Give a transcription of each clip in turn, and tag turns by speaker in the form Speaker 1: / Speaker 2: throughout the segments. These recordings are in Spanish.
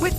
Speaker 1: With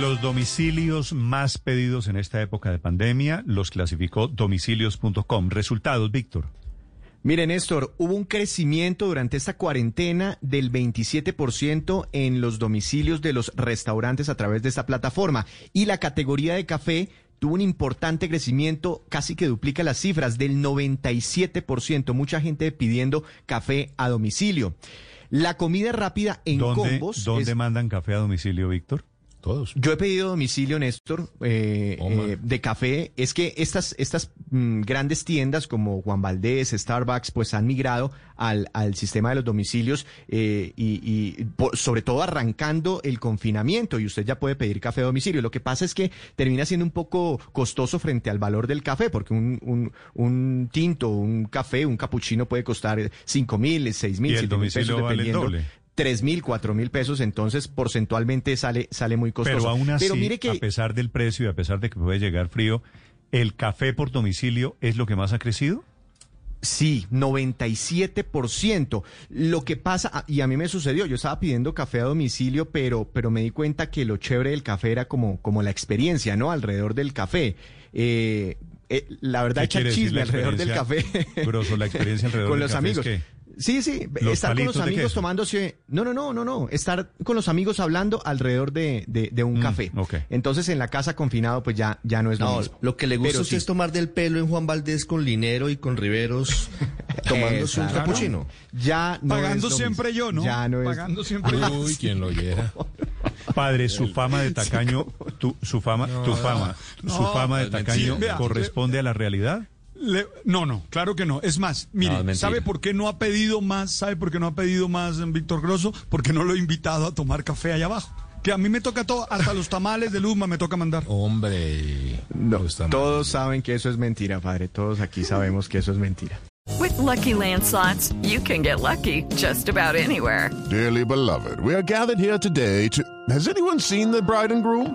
Speaker 2: Los domicilios más pedidos en esta época de pandemia los clasificó domicilios.com. Resultados, Víctor.
Speaker 3: Mire, Néstor, hubo un crecimiento durante esta cuarentena del 27% en los domicilios de los restaurantes a través de esta plataforma y la categoría de café tuvo un importante crecimiento, casi que duplica las cifras del 97%, mucha gente pidiendo café a domicilio. La comida rápida en
Speaker 2: ¿Dónde,
Speaker 3: combos
Speaker 2: dónde
Speaker 3: es-
Speaker 2: mandan café a domicilio, Víctor?
Speaker 4: Todos.
Speaker 3: Yo he pedido domicilio, Néstor, eh,
Speaker 4: man.
Speaker 3: eh, de café. Es que estas, estas mm, grandes tiendas como Juan Valdés, Starbucks, pues han migrado al, al sistema de los domicilios eh, y, y por- sobre todo arrancando el confinamiento y usted ya puede pedir café a domicilio. Lo que pasa es que termina siendo un poco costoso frente al valor del café, porque un, un, un tinto, un café, un capuchino puede costar 5 mil, 6
Speaker 2: Y
Speaker 3: mil,
Speaker 2: el
Speaker 3: 7 mil pesos
Speaker 2: domicilio vale el
Speaker 3: dependiendo.
Speaker 2: doble.
Speaker 3: 3 mil, 4 mil pesos, entonces porcentualmente sale, sale muy costoso.
Speaker 2: Pero aún así,
Speaker 3: mire que,
Speaker 2: a pesar del precio y a pesar de que puede llegar frío, ¿el café por domicilio es lo que más ha crecido?
Speaker 3: sí, 97%. Lo que pasa, ah, y a mí me sucedió, yo estaba pidiendo café a domicilio, pero, pero me di cuenta que lo chévere del café era como, como la experiencia, ¿no? Alrededor del café. Eh, eh, la verdad,
Speaker 2: ¿Qué
Speaker 3: echa
Speaker 2: quiere decir
Speaker 3: chisme
Speaker 2: la
Speaker 3: alrededor del café.
Speaker 2: experiencia? Grosso, la experiencia alrededor
Speaker 3: con
Speaker 2: del
Speaker 3: los
Speaker 2: café es
Speaker 3: amigos.
Speaker 2: que-
Speaker 3: Sí, sí,
Speaker 2: Los
Speaker 3: estar con
Speaker 2: palitos
Speaker 3: los
Speaker 2: de
Speaker 3: amigos
Speaker 2: queso.
Speaker 3: tomándose... No, no, no, no, no. Estar con los amigos hablando alrededor de, de- de un
Speaker 2: Mm,
Speaker 3: café.
Speaker 2: ok.
Speaker 3: Entonces, en la casa confinado, pues ya, ya no es lo
Speaker 5: No,
Speaker 3: mismo.
Speaker 5: lo que le gusta
Speaker 3: Pero
Speaker 5: a usted
Speaker 3: sí.
Speaker 5: es tomar del pelo en Juan Valdés con Linero y con Riveros tomándose un
Speaker 3: Exacto.
Speaker 5: capuchino.
Speaker 3: Ya no
Speaker 6: Pagando
Speaker 3: es lo
Speaker 6: siempre
Speaker 3: mismo.
Speaker 6: yo, ¿no?
Speaker 3: Ya no es.
Speaker 6: Pagando siempre yo.
Speaker 4: Uy, quien lo oyera.
Speaker 2: Padre, su fama de tacaño, tu, su fama, tu fama, su
Speaker 6: no,
Speaker 2: fama de
Speaker 4: no,
Speaker 2: tacaño
Speaker 6: sí, vea,
Speaker 2: corresponde a la realidad.
Speaker 6: Le- no, no, claro que no. Es más,
Speaker 4: No,
Speaker 6: mire,
Speaker 4: es mentira.
Speaker 6: ¿sabe por qué no ha pedido más? ¿Sabe por qué no ha pedido más en Víctor Grosso? Porque no lo he invitado a tomar café allá abajo. Que a mí me toca todo, hasta los tamales de Luma me toca mandar.
Speaker 2: Oh.
Speaker 4: Hombre.
Speaker 3: No,
Speaker 4: Pues está mal.
Speaker 3: todos saben que eso es mentira, padre. Todos aquí sabemos que eso es mentira.
Speaker 1: With Lucky Land slots, you can get lucky just about anywhere.
Speaker 7: Dearly beloved, we are gathered here today to. Has anyone seen the bride and groom?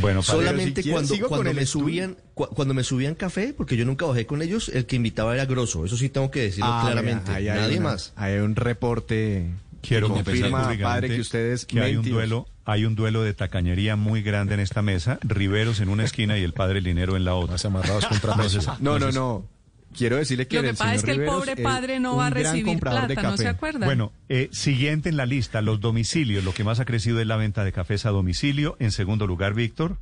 Speaker 2: Bueno, padre,
Speaker 5: Solamente
Speaker 3: quiere,
Speaker 5: cuando,
Speaker 3: sigo con
Speaker 5: cuando
Speaker 3: el
Speaker 5: me
Speaker 3: estudio.
Speaker 5: subían cu- cuando me subían café, porque yo nunca bajé con ellos, el que invitaba era grosso. Eso sí tengo que decirlo
Speaker 3: Ah,
Speaker 5: claramente.
Speaker 3: mira, ahí hay
Speaker 5: Nadie
Speaker 3: una-
Speaker 5: más.
Speaker 3: Hay un reporte
Speaker 2: Quiero
Speaker 3: que
Speaker 2: confesar
Speaker 3: confirma, padre, que
Speaker 2: públicamente
Speaker 3: ustedes
Speaker 2: que hay un
Speaker 3: mentiros.
Speaker 2: duelo, hay un duelo de tacañería muy grande en esta mesa, Riveros en una esquina y el padre Linero en la otra.
Speaker 4: Más amarrados contra
Speaker 2: Entonces,
Speaker 4: mesa.
Speaker 3: No, no, no. Quiero decirle que
Speaker 8: Lo que
Speaker 3: el
Speaker 8: pasa
Speaker 3: señor
Speaker 8: es que el
Speaker 3: Riveros
Speaker 8: pobre
Speaker 3: es eh,
Speaker 8: padre no
Speaker 3: un
Speaker 8: va a
Speaker 3: gran
Speaker 8: recibir
Speaker 3: comprador de
Speaker 8: plata, ¿no se
Speaker 3: café.
Speaker 8: acuerdan?
Speaker 2: Bueno, eh, siguiente en la lista, los domicilios. Lo que más ha crecido es la venta de cafés a domicilio. En segundo lugar, Víctor.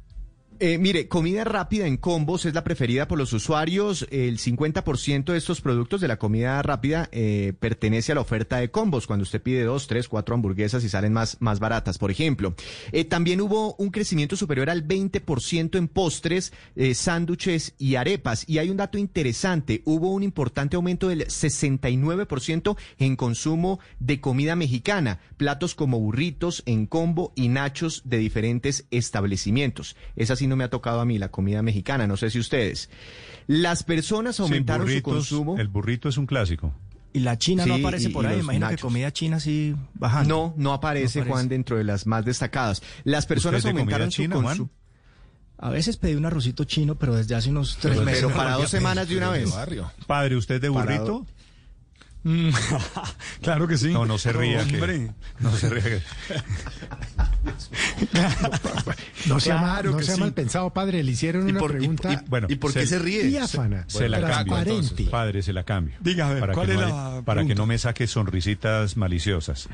Speaker 3: Eh, mire, comida rápida en combos es la preferida por los usuarios. El 50% de estos productos de la comida rápida eh, pertenece a la oferta de combos, cuando usted pide dos, tres, cuatro hamburguesas y salen más, más baratas, por ejemplo. Eh, también hubo un crecimiento superior al 20% en postres, eh, sándwiches y arepas. Y hay un dato interesante, hubo un importante aumento del 69% en consumo de comida mexicana, platos como burritos en combo y nachos de diferentes establecimientos. Esa sí no me ha tocado a mí, la comida mexicana, no sé si ustedes. Las personas
Speaker 2: Sí,
Speaker 3: aumentaron
Speaker 2: burritos,
Speaker 3: su consumo.
Speaker 2: El burrito es un clásico.
Speaker 9: Y la China no
Speaker 3: Sí,
Speaker 9: aparece
Speaker 3: y-
Speaker 9: por
Speaker 3: y
Speaker 9: ahí,
Speaker 3: los
Speaker 9: imagino
Speaker 3: nachos.
Speaker 9: que comida china sí bajando.
Speaker 3: No, no aparece,
Speaker 9: No aparece.
Speaker 3: Juan dentro de las más destacadas. Las personas
Speaker 2: ¿Usted es de comida
Speaker 3: aumentaron su
Speaker 2: china, Juan?
Speaker 3: consumo.
Speaker 9: A veces pedí un arrocito chino, pero desde hace unos tres
Speaker 3: Pero-
Speaker 9: meses.
Speaker 3: pero para dos semanas de una
Speaker 4: De
Speaker 3: vez.
Speaker 4: barrio.
Speaker 2: Padre, ¿usted es de burrito?
Speaker 3: Parado.
Speaker 6: Mm, claro que sí.
Speaker 2: No, no se ría. que-
Speaker 6: Hombre.
Speaker 2: no se ría. que-
Speaker 10: No sea, mal,
Speaker 6: Claro
Speaker 10: no
Speaker 6: que
Speaker 10: sea
Speaker 6: sí.
Speaker 10: mal pensado, padre. Le hicieron una
Speaker 5: por- y-
Speaker 10: pregunta
Speaker 2: y- bueno,
Speaker 5: ¿Y por
Speaker 2: se-
Speaker 5: qué se ríe?
Speaker 10: diáfana,
Speaker 2: Se la cambio.
Speaker 10: transparente.
Speaker 2: entonces, Padre, se la cambio.
Speaker 6: Diga, a ver,
Speaker 2: para
Speaker 6: ¿cuál
Speaker 2: que
Speaker 6: es
Speaker 2: no
Speaker 6: la
Speaker 2: haya- Para
Speaker 6: pregunta?
Speaker 2: que no me saque sonrisitas maliciosas.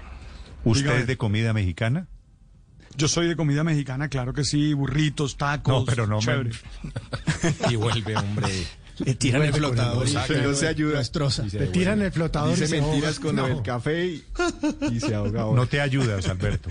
Speaker 2: ¿Usted
Speaker 6: Diga, a ver.
Speaker 2: es de comida mexicana?
Speaker 6: Yo soy de comida mexicana, claro que sí, burritos, tacos.
Speaker 2: No, pero no me-
Speaker 6: chévere.
Speaker 4: Y vuelve, hombre.
Speaker 10: Le tiran
Speaker 3: Buen
Speaker 10: el flotador.
Speaker 3: flotador,
Speaker 10: y
Speaker 3: exacto. No se ayuda.
Speaker 10: destroza.
Speaker 3: Y se
Speaker 10: Le tiran
Speaker 3: devuelve.
Speaker 10: el flotador.
Speaker 3: Dice
Speaker 10: y se
Speaker 3: mentiras
Speaker 10: ahoga.
Speaker 3: con
Speaker 10: No.
Speaker 3: el café y, y se ahoga ahora.
Speaker 2: No te ayudas, Alberto.